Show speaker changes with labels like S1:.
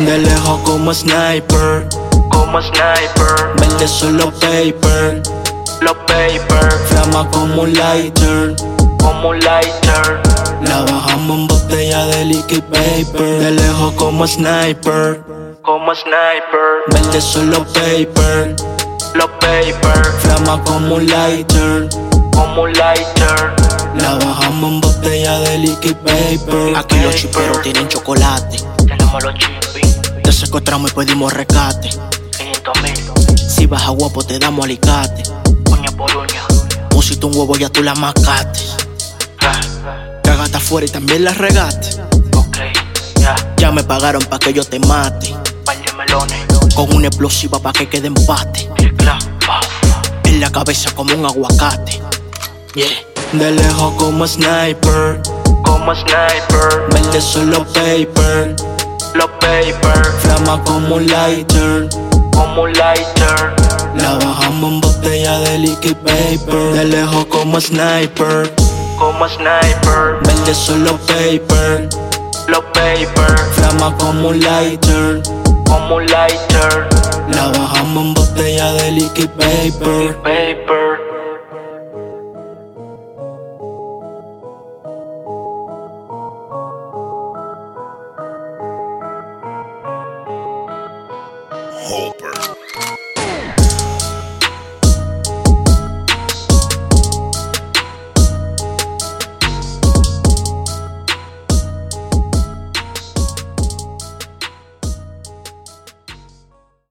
S1: De lejos como sniper,
S2: como sniper,
S1: verde solo paper,
S2: los papers,
S1: flama como un lighter.
S2: como un lighter,
S1: La bajamos en botella de liquid paper. De lejos como sniper,
S2: como sniper,
S1: verde solo paper,
S2: los papers,
S1: flama como un lighter.
S2: como un lighter,
S1: La bajamos en botella de liquid paper.
S3: Aquí los chiperos tienen chocolate.
S2: tenemos los chipping,
S3: Te secuestramos y pedimos rescate.
S2: 500 mil,
S3: Si vas a guapo, te damos alicate.
S2: uña por uña,
S3: Pusiste un huevo, ya tú la mascaste.
S2: Ah,
S3: Cagaste afuera y también la regaste.
S2: ok, ya,
S3: Ya me pagaron pa' que yo te mate.
S2: par de melones,
S3: Con una explosiva pa' que quede empate.
S2: clic, clac, pa,
S3: En la cabeza como un aguacate. Yeah.
S1: De lejos como sniper,
S2: como sniper,
S1: verde solo paper,
S2: los papers,
S1: flama como un lighter.
S2: como un lighter,
S1: La bajamos en botella de liquid paper. De lejos como sniper,
S2: como sniper,
S1: verde solo paper,
S2: los papers,
S1: flama como un lighter.
S2: como un lighter,
S1: La bajamos en botella de liquid paper.
S2: paper.
S4: Hopper.